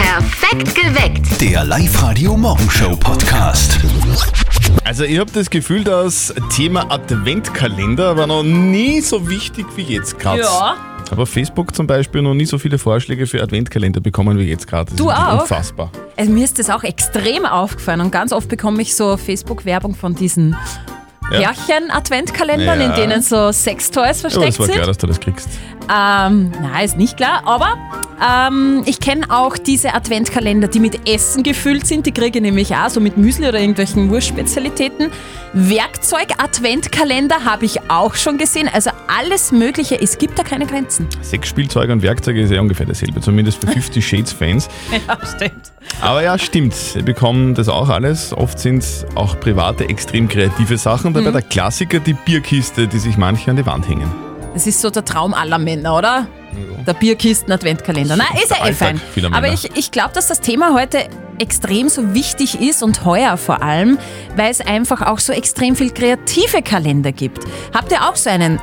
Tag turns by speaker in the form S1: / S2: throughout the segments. S1: Perfekt geweckt.
S2: Der Live-Radio Morgenshow Podcast.
S3: Also ich habe das Gefühl, das Thema Adventkalender war noch nie so wichtig wie jetzt gerade.
S4: Ja.
S3: Aber Facebook zum Beispiel noch nie so viele Vorschläge für Adventkalender bekommen wie jetzt gerade. Das
S4: Du
S3: ist
S4: auch?
S3: Unfassbar.
S4: Also mir ist das auch extrem aufgefallen und ganz oft bekomme ich so Facebook-Werbung von diesen
S3: Ja.
S4: Pärchen-Adventkalendern,
S3: Ja.
S4: in denen so Sextoys
S3: Ja, aber
S4: versteckt
S3: es war
S4: sind.
S3: klar, dass du das kriegst.
S4: Ähm, na, ist nicht klar, aber ähm, ich kenne auch diese Adventkalender, die mit Essen gefüllt sind. Die kriege ich nämlich auch, so mit Müsli oder irgendwelchen Wurstspezialitäten. Werkzeug-Adventkalender habe ich auch schon gesehen. Also alles Mögliche, es gibt da keine Grenzen.
S3: Sechs Spielzeuge und Werkzeuge ist ja ungefähr dasselbe, zumindest für 50 Shades Fans.
S4: Ja, stimmt.
S3: Aber ja, stimmt, wir bekommen das auch alles. Oft sind es auch private, extrem kreative Sachen. Dabei
S4: Mhm.
S3: der Klassiker, die Bierkiste, die sich manche an die Wand hängen.
S4: Es ist so der Traum aller Männer, oder? Der Bierkisten-Adventkalender. Na, ist ja eh
S3: Alltag
S4: fein.
S3: vieler Männer.
S4: Aber ich, ich glaube, dass das Thema heute extrem so wichtig ist und heuer vor allem, weil es einfach auch so extrem viel kreative Kalender gibt. Habt ihr auch so einen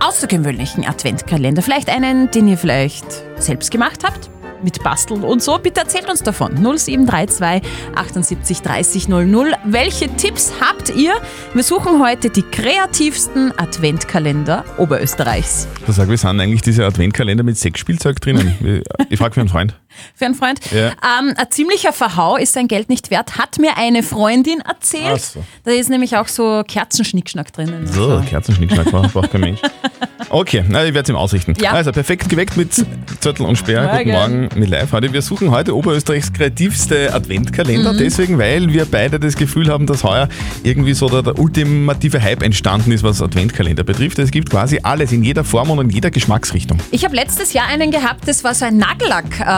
S4: außergewöhnlichen Adventkalender? Vielleicht einen, den ihr vielleicht selbst gemacht habt? Mit Basteln und so. Bitte erzählt uns davon. 0732 78 30 00. Welche Tipps habt ihr? Wir suchen heute die kreativsten Adventkalender Oberösterreichs.
S3: Da sag, wir sind eigentlich diese Adventkalender mit sechs Spielzeug drinnen. Ich frage für einen Freund.
S4: für einen Freund.
S3: Ja.
S4: Ähm, ein ziemlicher Verhau ist sein Geld nicht wert, hat mir eine Freundin
S3: Ach
S4: erzählt.
S3: so.
S4: Da ist nämlich auch so Kerzenschnickschnack drinnen.
S3: So, Kerzenschnickschnack braucht braucht kein Mensch. Okay, na, ich werde es ihm ausrichten.
S4: Ja.
S3: Also, perfekt geweckt mit Zettel und Speer. Guten
S4: Morgen.
S3: Morgen mit live heute. Wir suchen heute Oberösterreichs kreativste Adventkalender. Deswegen, weil wir beide das Gefühl haben, dass heuer irgendwie so der, der ultimative Hype entstanden ist, was Adventkalender betrifft. Es gibt quasi alles in jeder Form und in jeder Geschmacksrichtung.
S4: Ich habe letztes Jahr einen gehabt, das war so ein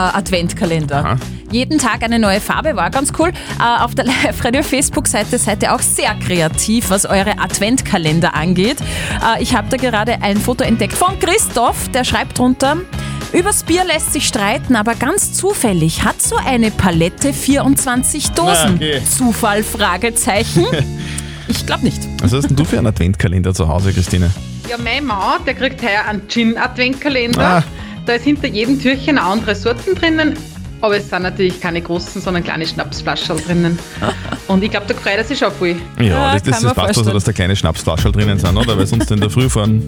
S4: Nagellack-Adventkalender.
S3: Aha.
S4: Jeden Tag eine neue Farbe, war ganz cool. Äh, auf der Live-Radio-Facebook-Seite seid ihr auch sehr kreativ, was eure Adventkalender angeht. Äh, ich habe da gerade ein Foto entdeckt von Christoph, der schreibt drunter. Übers Bier lässt sich streiten, aber ganz zufällig hat so eine Palette 24
S3: Na,
S4: Dosen.
S3: geh.
S4: Zufall? Fragezeichen. Ich glaube nicht.
S3: Was Also, hast denn du für einen Adventkalender zu Hause, Christine?
S5: Ja, mein Mann, der kriegt heuer einen Gin-Adventkalender.
S3: Ah.
S5: Da ist hinter jedem Türchen eine andere Sorten drinnen. Aber es sind natürlich keine großen, sondern kleine Schnapsflaschen drinnen. Und ich glaube, da freut er sich schon viel.
S3: Ja,
S4: Ja,
S3: das, das,
S4: kann
S3: das passt
S4: man
S3: doch so,
S4: vorstellen.
S3: dass da kleine Schnapsflaschen drinnen sind, oder? Weil sonst in der Früh vorm,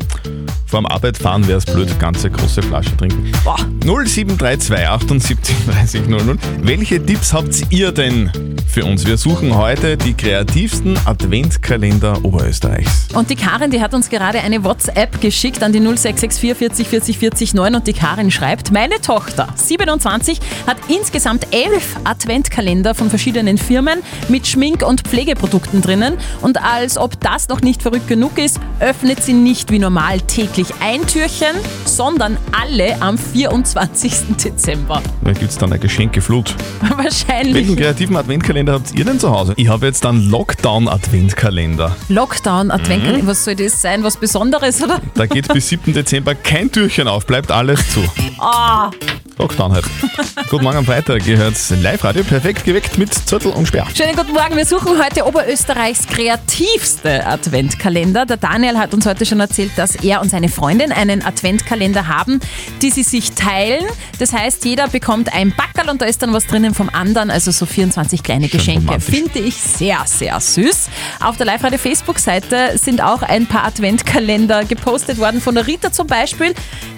S3: vorm Arbeit fahren wäre es blöd, ganze große Flasche trinken.
S4: Boah.
S3: 0732 78 30 00. Welche Tipps habt ihr denn für uns? Wir suchen heute die kreativsten Adventkalender Oberösterreichs.
S4: Und die Karin, die hat uns gerade eine WhatsApp geschickt an die 0664 40 40 40 9 und die Karin schreibt, meine Tochter, 27, hat insgesamt elf Adventkalender von verschiedenen Firmen mit Schmink- und Pflegeprodukten drinnen und als ob das noch nicht verrückt genug ist, öffnet sie nicht wie normal täglich ein Türchen, sondern alle am 24. Dezember.
S3: Da gibt es dann eine Geschenkeflut. Welchen
S4: Wahrscheinlich
S3: kreativen Adventkalender habt ihr denn zu Hause? Ich habe jetzt dann Lockdown-Adventkalender.
S4: Lockdown-Adventkalender. Was soll das sein? Was Besonderes, oder?
S3: Da geht bis 7. Dezember kein Türchen auf, bleibt alles zu.
S4: Ah.
S3: Lockdown halt. Guten Morgen am Freitag, ihr hört Live-Radio, perfekt geweckt mit Zettel und Sperr.
S4: Schönen guten Morgen. Wir suchen heute Oberösterreichs kreativste Adventkalender. Der Daniel hat uns heute schon erzählt, dass er und seine Freundin einen Adventkalender haben, die sie sich teilen. Das heißt, jeder bekommt ein Backerl und da ist dann was drinnen vom anderen, also so 24 kleine Geschenke.
S3: romantisch.
S4: Finde ich sehr, sehr süß. Auf der Live-Radio Facebook-Seite sind auch ein paar Adventkalender gepostet worden von der Rita zum Beispiel.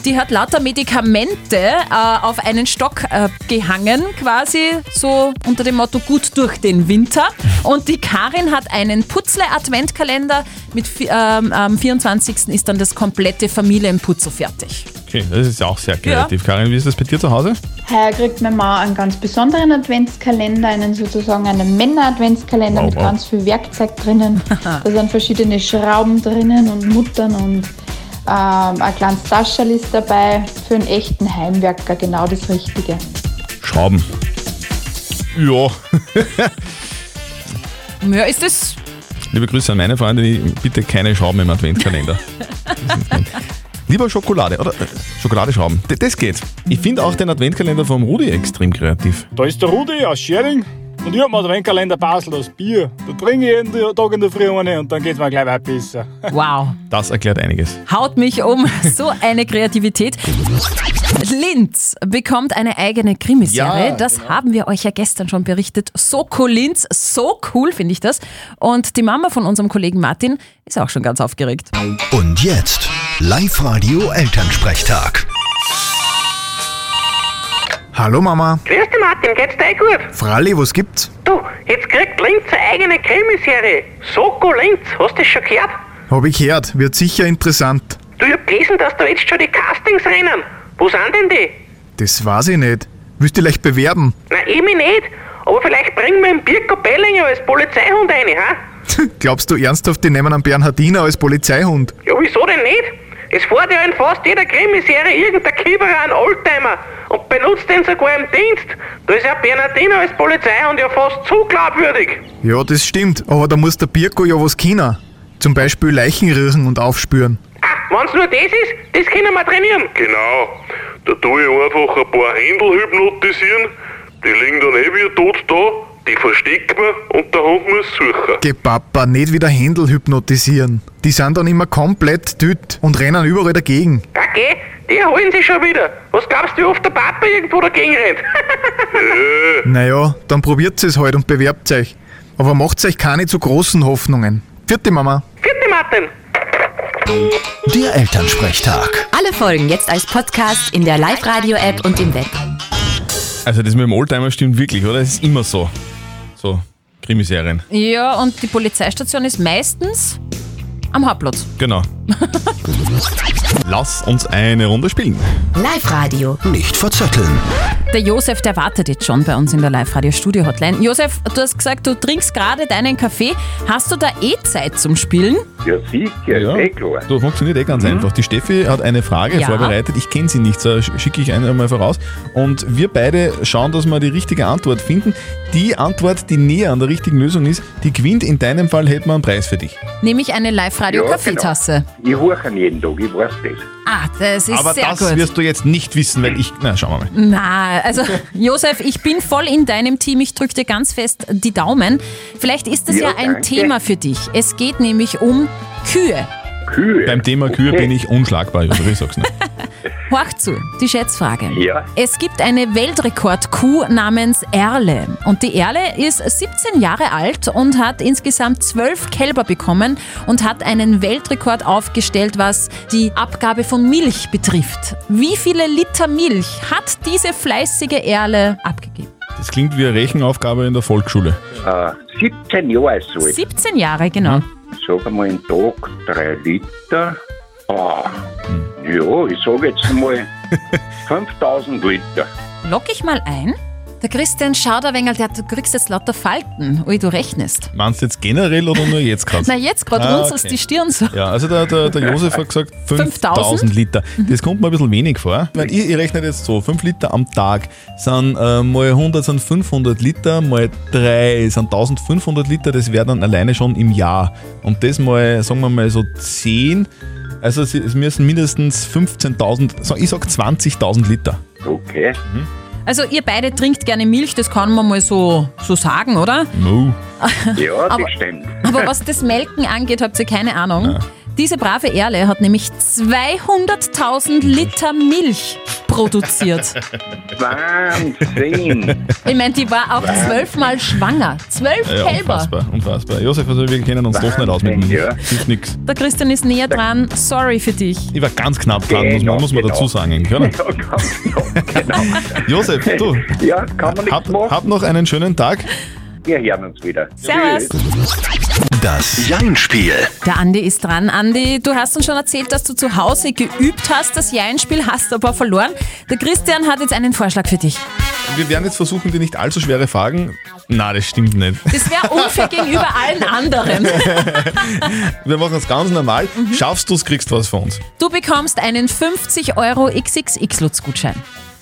S4: Die hat lauter Medikamente äh, auf einen Stock äh, gehangen, quasi so unter dem Motto gut durch den Winter. Und die Karin hat einen Putzle-Adventkalender. Mit vi- ähm, am 24. ist dann das komplette Familienputzel fertig.
S3: Okay, das ist ja auch sehr kreativ. Karin, wie ist das bei dir zu Hause?
S6: Heuer kriegt mein Mann einen ganz besonderen Adventskalender, einen sozusagen einen Männer-Adventskalender
S3: Wow,
S6: mit
S3: wow.
S6: ganz viel Werkzeug drinnen. da sind verschiedene Schrauben drinnen und Muttern und ähm, ein kleines Tascherl ist dabei. Für einen echten Heimwerker genau das Richtige.
S3: Schrauben. Ja.
S4: Ja, ist das
S3: Liebe Grüße an meine Freunde, die- bitte keine Schrauben im Adventkalender. Lieber Schokolade, oder? äh, Schokoladeschrauben. D- Das geht. Ich finde auch den Adventkalender vom Rudi extrem kreativ.
S7: Da ist der Rudi aus Schering.
S1: Und ich hab mir den Kalender Basel das Bier. Da trinke ich jeden Tag in der Früh eine und dann geht's mir gleich weit besser.
S4: Wow.
S3: Das erklärt einiges.
S4: Haut mich um. So eine Kreativität. Linz bekommt eine eigene Krimiserie.
S1: Ja,
S4: das haben wir euch ja gestern schon berichtet. Soko Linz. So cool finde ich das. Und die Mama von unserem Kollegen Martin ist auch schon ganz aufgeregt.
S2: Und jetzt Live-Radio Elternsprechtag.
S3: Hallo Mama.
S7: Grüß dich Martin, geht's dir eh gut?
S3: Fralli, was gibt's?
S7: Du, jetzt kriegt Linz eine eigene Krimiserie. Soko Linz, hast du das schon gehört?
S8: Hab ich gehört, wird sicher interessant.
S7: Du, ich hab gelesen, dass da jetzt schon die Castings rennen. Wo sind denn die?
S8: Das weiß ich nicht. Willst du leicht bewerben?
S7: Na, ich mich nicht. Aber vielleicht bringen wir den Birko Bellinger als Polizeihund rein, ha?
S8: Glaubst du ernsthaft, die nehmen einen Bernhardiner als Polizeihund?
S7: Ja, wieso denn nicht? Es fährt ja in fast jeder Krimiserie irgendein Kieberer einen Oldtimer und benutzt den sogar im Dienst. Da ist ja Bernardino als Polizeihund ja fast zu glaubwürdig.
S8: Ja, das stimmt, aber da muss der Birko ja was können. Zum Beispiel Leichen riechen und aufspüren.
S7: Ah, wenn's nur das ist, das können wir trainieren.
S9: Genau. Da tue ich einfach ein paar Händel hypnotisieren, die liegen dann eh wieder tot da, die versteckt man und der Hund muss suchen.
S8: Geh Papa, nicht wieder Händel hypnotisieren. Die sind dann immer komplett tüt und rennen überall dagegen.
S7: Ja, geh, die holen sie schon wieder. Was glaubst du, wie oft der Papa irgendwo dagegen rennt?
S8: Naja, dann probiert es halt und bewerbt euch. Aber macht euch keine zu großen Hoffnungen. Vierte Mama.
S7: Vierte Martin.
S2: Der Elternsprechtag.
S10: Alle Folgen jetzt als Podcast in der Live-Radio-App und im Web.
S3: Also das mit dem Oldtimer stimmt wirklich, oder? Es ist immer so. So, Krimiserien.
S4: Ja, und die Polizeistation ist meistens am Hauptplatz.
S3: Genau. Lass uns eine Runde spielen.
S10: Live-Radio.
S2: Nicht verzetteln.
S4: Der Josef, der wartet jetzt schon bei uns in der Live-Radio-Studio-Hotline. Josef, du hast gesagt, du trinkst gerade deinen Kaffee. Hast du da eh Zeit zum Spielen?
S9: Ja, sicher,
S3: Ja. eh
S9: klar.
S3: Du, funktioniert eh ganz einfach. Die Steffi hat eine Frage
S4: Mhm. Ja.
S3: vorbereitet. Ich kenne sie nicht, so sch- schicke ich eine einmal voraus. Und wir beide schauen, dass wir die richtige Antwort finden. Die Antwort, die näher an der richtigen Lösung ist, die gewinnt. In deinem Fall hätten wir einen Preis für dich.
S4: Nehme ich eine
S3: genau.
S4: Live-Radio-Kaffeetasse.
S9: Ich hoch an jeden Tag, ich weiß das.
S4: Ah, das ist
S3: Aber
S4: sehr
S3: das
S4: gut.
S3: wirst du jetzt nicht wissen, weil ich... Na, schauen wir mal.
S4: Na, also Josef, ich bin voll in deinem Team. Ich drücke dir ganz fest die Daumen. Vielleicht ist das ja,
S9: Ja,
S4: ein
S9: danke.
S4: Thema für dich. Es geht nämlich um Kühe.
S9: Kühe.
S3: Beim Thema Kühe bin ich unschlagbar, Josef, ich sag's nicht.
S4: Horch zu, die Schätzfrage.
S9: Ja.
S4: Es gibt eine Weltrekordkuh namens Erle. Und die Erle ist 17 Jahre alt und hat insgesamt 12 Kälber bekommen und hat einen Weltrekord aufgestellt, was die Abgabe von Milch betrifft. Wie viele Liter Milch hat diese fleißige Erle abgegeben?
S3: Das klingt wie eine Rechenaufgabe in der Volksschule.
S9: 17 Jahre ist so.
S4: 17 Jahre, genau.
S9: sage mal, einen Tag 3 Liter. Ah, ja, ich sage jetzt mal 5000 Liter.
S4: Lock ich mal ein. Der Christian Schauderwengel, der, du kriegst jetzt lauter Falten. Ui, du rechnest.
S3: Meinst du jetzt generell oder nur jetzt gerade?
S4: Na, jetzt gerade
S3: Ah,
S4: runzelst
S3: okay.
S4: die Stirn so.
S3: Ja, also der, der, der Josef hat gesagt 5000
S4: 5000
S3: Liter. Das kommt mir ein bisschen wenig vor. Weil ich, ich rechne jetzt so, 5 Liter am Tag sind äh, mal 100 sind 500 Liter, mal 3 sind 1500 Liter, das wäre dann alleine schon im Jahr. Und das mal, sagen wir mal so 10, also es es müssen mindestens 15.000, so- ich sag 20.000 Liter.
S9: Okay.
S4: Also ihr beide trinkt gerne Milch, das kann man mal so, so sagen, oder?
S3: No.
S9: Ja,
S4: Aber-
S9: das stimmt.
S4: Aber was das Melken angeht, habt ihr keine Ahnung. Diese brave Erle hat nämlich 200.000 Liter Milch produziert.
S9: Wahnsinn.
S4: Ich meine, die war auch zwölfmal schwanger. Zwölf
S3: Ja,
S4: Kälber.
S3: unfassbar, unfassbar. Josef, also wir kennen uns doch nicht aus mit dem
S9: Wahnsinn, ja.
S3: Hilft nix.
S4: Der Christian ist näher dran. Sorry für dich.
S3: Ich war ganz knapp dran, muss man,
S9: Genau,
S3: muss man
S9: genau.
S3: dazu sagen können.
S9: ja, ganz genau.
S3: Josef, du,
S9: Ja, kann man
S3: hab,
S9: nichts machen.
S3: hab noch einen schönen Tag.
S9: Wir hören uns wieder.
S4: Servus.
S2: Das Jein-Spiel.
S4: Der Andi ist dran. Andi, du hast uns schon erzählt, dass du zu Hause geübt hast, das Jeinspiel, hast aber verloren. Der Christian hat jetzt einen Vorschlag für dich.
S3: Wir werden jetzt versuchen, dir nicht allzu schwere Fragen. Na, das stimmt nicht.
S4: Das wäre unfair gegenüber allen anderen.
S3: Wir machen es ganz normal.
S4: Mhm.
S3: Schaffst du es, kriegst du was von uns.
S4: Du bekommst einen 50 Euro XXX-Lutz-Gutschein.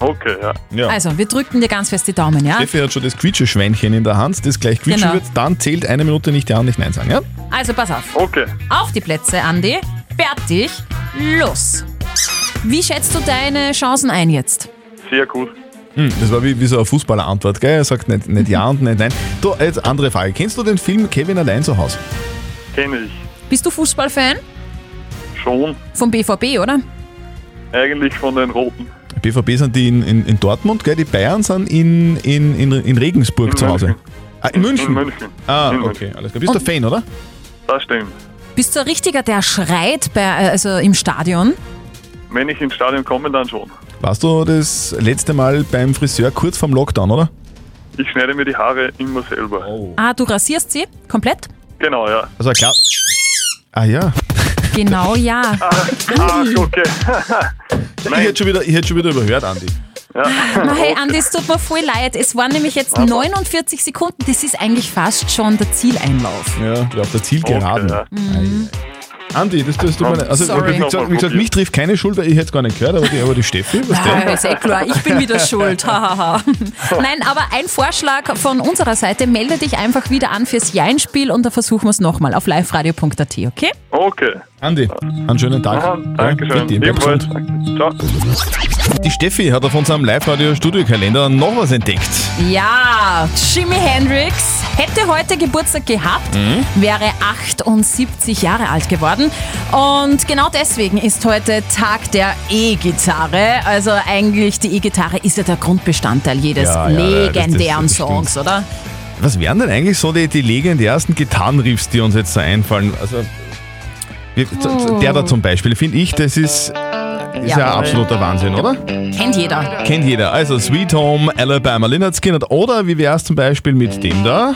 S9: Okay, ja.
S3: Ja.
S4: Also, wir drücken dir ganz fest die Daumen, ja?
S3: Steffi hat schon das Quietscheschweinchen in der Hand, das gleich quietschen
S4: Ah. Genau.
S3: wird. Dann zählt eine Minute nicht Ja und nicht Nein sagen, ja?
S4: Also, pass auf.
S9: Okay.
S4: Auf die Plätze, Andi. Fertig. Los. Wie schätzt du deine Chancen ein jetzt?
S9: Sehr gut.
S3: Hm, Das war wie, wie so eine Fußballerantwort, gell? Er sagt nicht, nicht ja und nicht nein. Du, jetzt andere Frage. Kennst du den Film Kevin allein zu Hause?
S11: Kenne ich.
S4: Bist du Fußballfan?
S11: Schon.
S4: Vom BVB, oder?
S11: Eigentlich von den Roten.
S3: BVB sind die in, in, in Dortmund, gell? Die Bayern sind in, in, in, in Regensburg
S11: In
S3: zu Hause.
S11: München.
S3: Ah, in München?
S11: In München.
S3: Ah,
S11: In
S3: okay, alles klar. Bist du ein Fan, oder?
S11: Das stimmt.
S4: Bist du ein richtiger, der schreit bei, äh, also im Stadion?
S11: Wenn ich ins Stadion komme, dann schon.
S3: Warst du das letzte Mal beim Friseur kurz vorm Lockdown, oder?
S11: Ich schneide mir die Haare immer selber.
S12: Oh.
S4: Ah, du rasierst sie? Komplett?
S11: Genau, ja.
S3: Also klar. Ah ja.
S4: Genau, ja.
S11: Ach, Ah, okay.
S3: Ich hätte schon wieder, ich hätte schon wieder überhört, Andi.
S4: Na hey, Andi, es tut mir voll leid. Es waren nämlich jetzt 49 Sekunden. Das ist eigentlich fast schon der Zieleinlauf.
S3: Ja, ich glaube, der zielt geraden.
S4: Mhm.
S3: Andi, das tust du
S4: Ja,
S11: Um,
S3: mal. Also,
S4: sorry.
S3: wie
S4: Nochmal
S3: gesagt, wie gesagt,
S4: probieren.
S3: mich trifft keine Schuld, weil ich hätte es gar nicht gehört, aber die, aber die Steffi, was
S4: Ja, ist eh klar, ich bin wieder schuld. Hahaha. Nein, aber ein Vorschlag von unserer Seite. Melde dich einfach wieder an fürs Jein-Spiel und dann versuchen wir es nochmal auf liveradio.at, okay?
S11: Okay.
S3: Andi, einen schönen Tag.
S11: Aha,
S3: Ja,
S11: Dankeschön.
S3: bitte, bleib
S11: Ebenfalls.
S3: gesund.
S11: Ciao.
S3: Die Steffi hat auf unserem Live-Radio-Studio-Kalender noch was entdeckt.
S4: Ja, Jimi Hendrix hätte heute Geburtstag gehabt,
S3: Mhm.
S4: wäre 78 Jahre alt geworden. Und genau deswegen ist heute Tag der E-Gitarre. Also eigentlich die E-Gitarre ist ja der Grundbestandteil jedes
S3: Ja, ja, ja, das- das-
S4: legendären
S3: das stimmt.
S4: Songs, oder?
S3: Was wären denn eigentlich so die, die legendärsten Gitarrenriffs, die uns jetzt so einfallen? Also, wir, z- z- der da zum Beispiel, finde ich, das ist, ist ja,
S4: Ja.
S3: ein absoluter Wahnsinn, oder?
S4: Kennt jeder.
S3: Kennt jeder. Also Sweet Home, Alabama, Leonard Skinner. Oder wie wär's zum Beispiel mit dem da?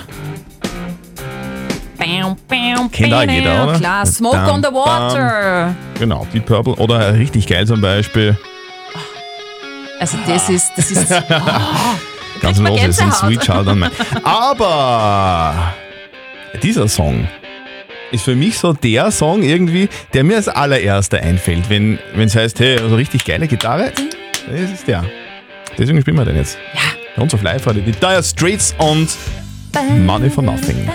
S4: Bam, bam,
S3: Kennt auch jeder, oder?
S4: Klar, Smoke
S3: Dam,
S4: on the
S3: dam.
S4: Water.
S3: Genau, Deep Purple. Oder richtig geil zum Beispiel.
S4: Also das ist, das ist...
S3: Ganz
S4: man
S3: los, es sind
S4: Gänsehaut.
S3: Sweet Child on Me. Aber dieser Song ist für mich so der Song irgendwie, der mir als allererster einfällt, wenn es heißt, hey, also richtig geile Gitarre, das ist der. Deswegen spielen wir den jetzt. Ja. Bei uns auf live heute die Dire Straits und Money for Nothing.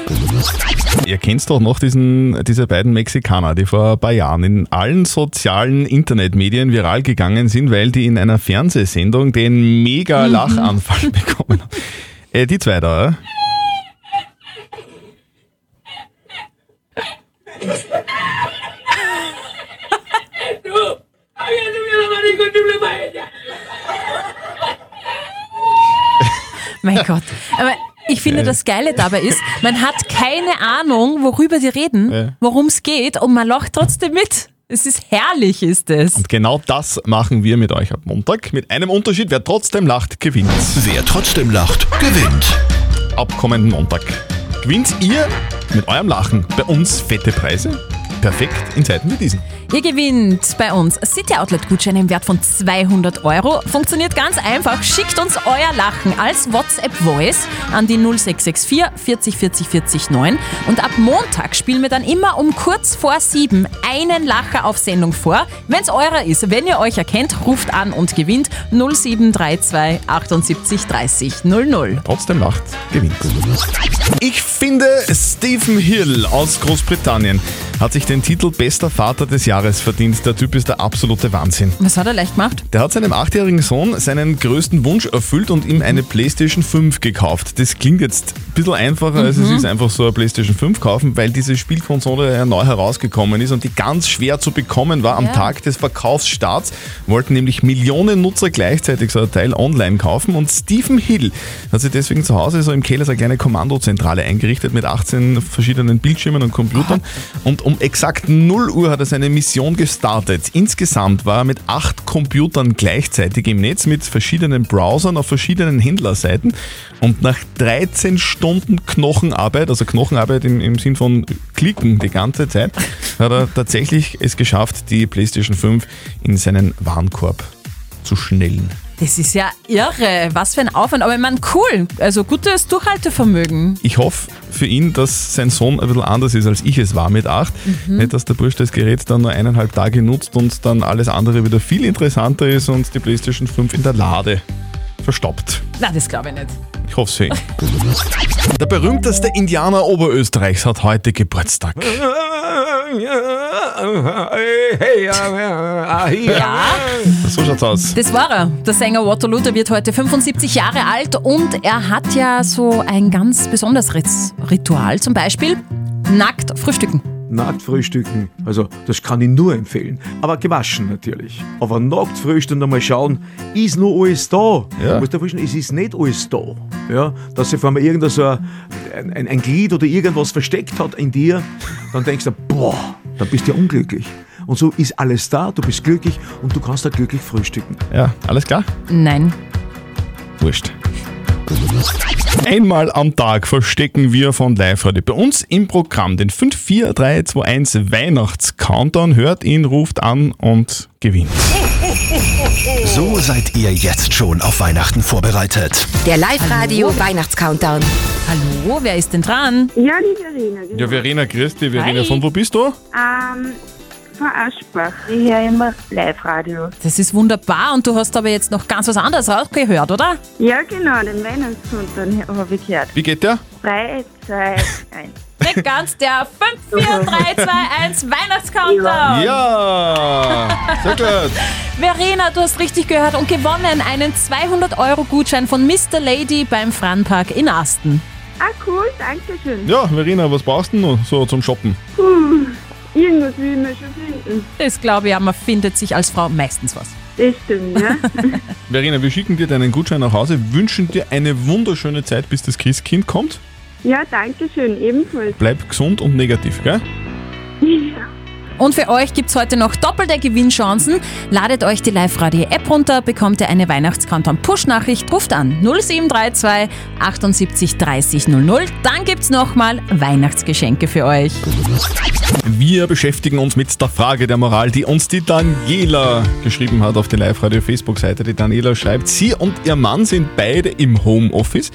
S3: Ihr kennt doch noch diesen, diese beiden Mexikaner, die vor ein paar Jahren in allen sozialen Internetmedien viral gegangen sind, weil die in einer Fernsehsendung den mega Lachanfall bekommen haben. Äh, die zwei da, oder?
S13: ¡No! ¡Había subido la mano incontible para ella!
S4: Mein Gott. Aber ich finde,
S13: Geil.
S4: das Geile dabei ist, man hat keine Ahnung, worüber die reden,
S3: Ja.
S4: worum es geht und man lacht trotzdem mit. Es ist herrlich, ist es.
S3: Und genau das machen wir mit euch ab Montag. Mit einem Unterschied, wer trotzdem lacht, gewinnt. Wer trotzdem lacht, gewinnt. Ab kommenden Montag gewinnt ihr mit eurem Lachen bei uns fette Preise. Perfekt in Zeiten wie diesen.
S4: Ihr gewinnt bei uns City Outlet Gutscheine im Wert von 200 Euro. Funktioniert ganz einfach. Schickt uns euer Lachen als WhatsApp Voice an die 0664 40 40 40 9. Und ab Montag spielen wir dann immer um kurz vor sieben einen Lacher auf Sendung vor. Wenn es eurer ist, wenn ihr euch erkennt, ruft an und gewinnt 0732 78 30 00.
S3: Trotzdem lacht, gewinnt. Ich finde, Stephen Hill aus Großbritannien hat sich den Titel Bester Vater des Jahres verdient. Der Typ ist der absolute Wahnsinn.
S4: Was hat er leicht gemacht?
S3: Der hat seinem achtjährigen Sohn seinen größten Wunsch erfüllt und ihm eine PlayStation 5 gekauft. Das klingt jetzt ein bisschen einfacher, als es
S14: Mhm.
S3: ist, einfach so eine PlayStation 5 kaufen, weil diese Spielkonsole ja neu herausgekommen ist und die ganz schwer zu bekommen war. Am
S14: Ja.
S3: Tag des Verkaufsstarts wollten nämlich Millionen Nutzer gleichzeitig so ein Teil online kaufen und Stephen Hill hat sich deswegen zu Hause so im Keller so eine kleine Kommandozentrale eingerichtet mit 18 verschiedenen Bildschirmen und Computern und um exakt 0 Uhr hat er seine Mission gestartet. Insgesamt war er mit acht Computern gleichzeitig im Netz mit verschiedenen Browsern auf verschiedenen Händlerseiten und nach 13 Stunden Knochenarbeit, also Knochenarbeit im, im Sinn von Klicken die ganze Zeit, hat er tatsächlich es geschafft, die PlayStation 5 in seinen Warenkorb zu schnellen.
S4: Das ist ja irre. Was für ein Aufwand. Aber ich meine, cool. Also gutes Durchhaltevermögen.
S3: Ich hoffe für ihn, dass sein Sohn ein bisschen anders ist, als ich es war mit acht.
S4: Mhm.
S3: Nicht, dass der Bursch das Gerät dann nur eineinhalb Tage nutzt und dann alles andere wieder viel interessanter ist und die PlayStation 5 in der Lade verstoppt.
S4: Na, das glaube ich nicht.
S3: Ich hoffe es für ihn. Der berühmteste Indianer Oberösterreichs hat heute Geburtstag. So schaut's aus.
S4: Das war er. Der Sänger Waterloo, der wird heute 75 Jahre alt und er hat ja so ein ganz besonderes Ritz- Ritual, zum Beispiel nackt frühstücken.
S14: Nackt frühstücken, also das kann ich nur empfehlen. Aber gewaschen natürlich. Aber nackt frühstücken einmal schauen, ist nur alles da.
S3: Ja.
S14: Du musst dir vorstellen, es ist nicht alles da. Ja, dass sich vor allem irgendein so ein, ein, ein Glied oder irgendwas versteckt hat in dir, dann denkst du, boah, dann bist du ja unglücklich. Und so ist alles da, du bist glücklich und du kannst da glücklich frühstücken.
S3: Ja, alles klar?
S4: Nein.
S3: Wurscht. Einmal am Tag verstecken wir von Live Radio bei uns im Programm den 54321 Weihnachts-Countdown. Hört ihn, ruft an und gewinnt.
S2: So seid ihr jetzt schon auf Weihnachten vorbereitet.
S10: Der Live-Radio Weihnachtscountdown.
S4: Hallo, wer ist denn dran?
S12: Ja, die Verena.
S3: Ja, Verena, grüß dich. Verena,
S12: Hi.
S3: von wo bist du?
S12: Ähm, von Aschbach. Ich höre immer Live-Radio.
S4: Das ist wunderbar und du hast aber jetzt noch ganz was anderes auch gehört, oder?
S12: Ja, genau, den Weihnachtskonton habe ich gehört.
S3: Wie geht der?
S12: 3, 2, 1.
S4: Nicht ganz der 5, 4, 3, 2, 1 Weihnachtscountdown.
S3: Ja, sehr gut.
S4: Verena, du hast richtig gehört und gewonnen einen 200-Euro-Gutschein von Mr. Lady beim Franpark in Asten.
S12: Ah, cool, danke schön.
S3: Ja, Verena, was brauchst du denn noch so zum Shoppen?
S12: Puh, irgendwas will man schon finden.
S4: Das glaube ich auch, man findet sich als Frau meistens was.
S12: Das stimmt, ja.
S3: Verena, wir schicken dir deinen Gutschein nach Hause, wünschen dir eine wunderschöne Zeit, bis das Christkind kommt.
S12: ja, danke schön, ebenfalls.
S3: Bleib gesund und negativ, gell?
S4: Und für euch gibt es heute noch doppelte Gewinnchancen. Ladet euch die Live-Radio-App runter, bekommt ihr eine Weihnachtskanton-Push-Nachricht, ruft an 0732 78 30 00. Dann gibt es nochmal Weihnachtsgeschenke für euch.
S3: Wir beschäftigen uns mit der Frage der Moral, die uns die Daniela geschrieben hat auf der Live-Radio-Facebook-Seite. Die Daniela schreibt, sie und ihr Mann sind beide im Homeoffice.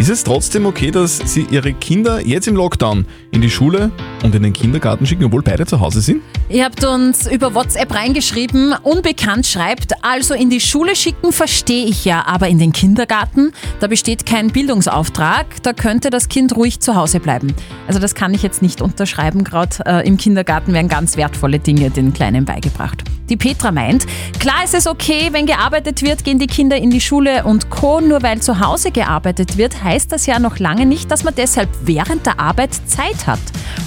S3: Ist es trotzdem okay, dass sie ihre Kinder jetzt im Lockdown in die Schule und in den Kindergarten schicken, obwohl beide zu Hause sind?
S4: Ihr habt uns über WhatsApp reingeschrieben, unbekannt schreibt, also in die Schule schicken verstehe ich ja, aber in den Kindergarten, da besteht kein Bildungsauftrag, da könnte das Kind ruhig zu Hause bleiben. Also das kann ich jetzt nicht unterschreiben, gerade äh, im Kindergarten werden ganz wertvolle Dinge den Kleinen beigebracht. Die Petra meint, klar ist es okay, wenn gearbeitet wird, gehen die Kinder in die Schule und Co. Nur weil zu Hause gearbeitet wird, heißt das ja noch lange nicht, dass man deshalb während der Arbeit Zeit hat.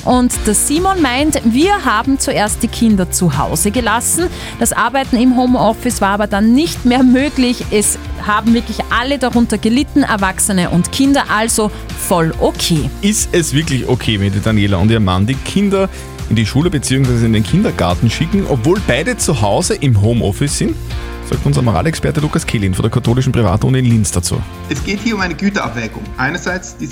S4: Und der Simon meint, wir haben zuerst die Kinder zu Hause gelassen. Das Arbeiten im Homeoffice war aber dann nicht mehr möglich. Es haben wirklich alle darunter gelitten, Erwachsene und Kinder, also voll okay.
S3: Ist es wirklich okay, wenn die Daniela und ihr Mann die Kinder in die Schule bzw. in den Kindergarten schicken, obwohl beide zu Hause im Homeoffice sind? Sagt unser Moralexperte Lukas Kehlin von der katholischen Privatuni in Linz dazu.
S15: Es geht hier um eine Güterabwägung. Einerseits die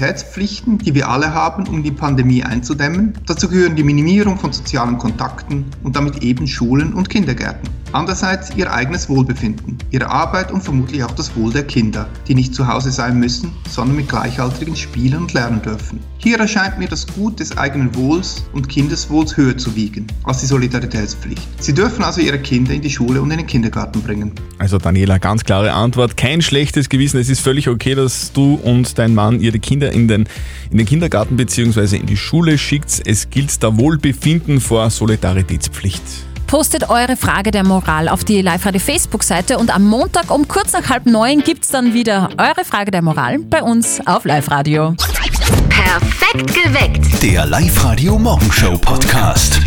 S15: Solidaritätspflichten, die wir alle haben, um die Pandemie einzudämmen. Dazu gehören die Minimierung von sozialen Kontakten und damit eben Schulen und Kindergärten. Andererseits ihr eigenes Wohlbefinden, ihre Arbeit und vermutlich auch das Wohl der Kinder, die nicht zu Hause sein müssen, sondern mit Gleichaltrigen spielen und lernen dürfen. Hier erscheint mir das Gut des eigenen Wohls und Kindeswohls höher zu wiegen als die Solidaritätspflicht. Sie dürfen also ihre Kinder in die Schule und in den Kindergarten bringen.
S3: Also Daniela, ganz klare Antwort, kein schlechtes Gewissen. Es ist völlig okay, dass du und dein Mann ihre Kinder in den, in den Kindergarten bzw. in die Schule schickt. Es gilt da Wohlbefinden vor Solidaritätspflicht.
S4: Postet eure Frage der Moral auf die Live-Radio-Facebook-Seite und am Montag um kurz nach halb neun gibt es dann wieder eure Frage der Moral bei uns auf Live-Radio.
S10: Perfekt geweckt.
S2: Der Live-Radio Morgenshow Podcast.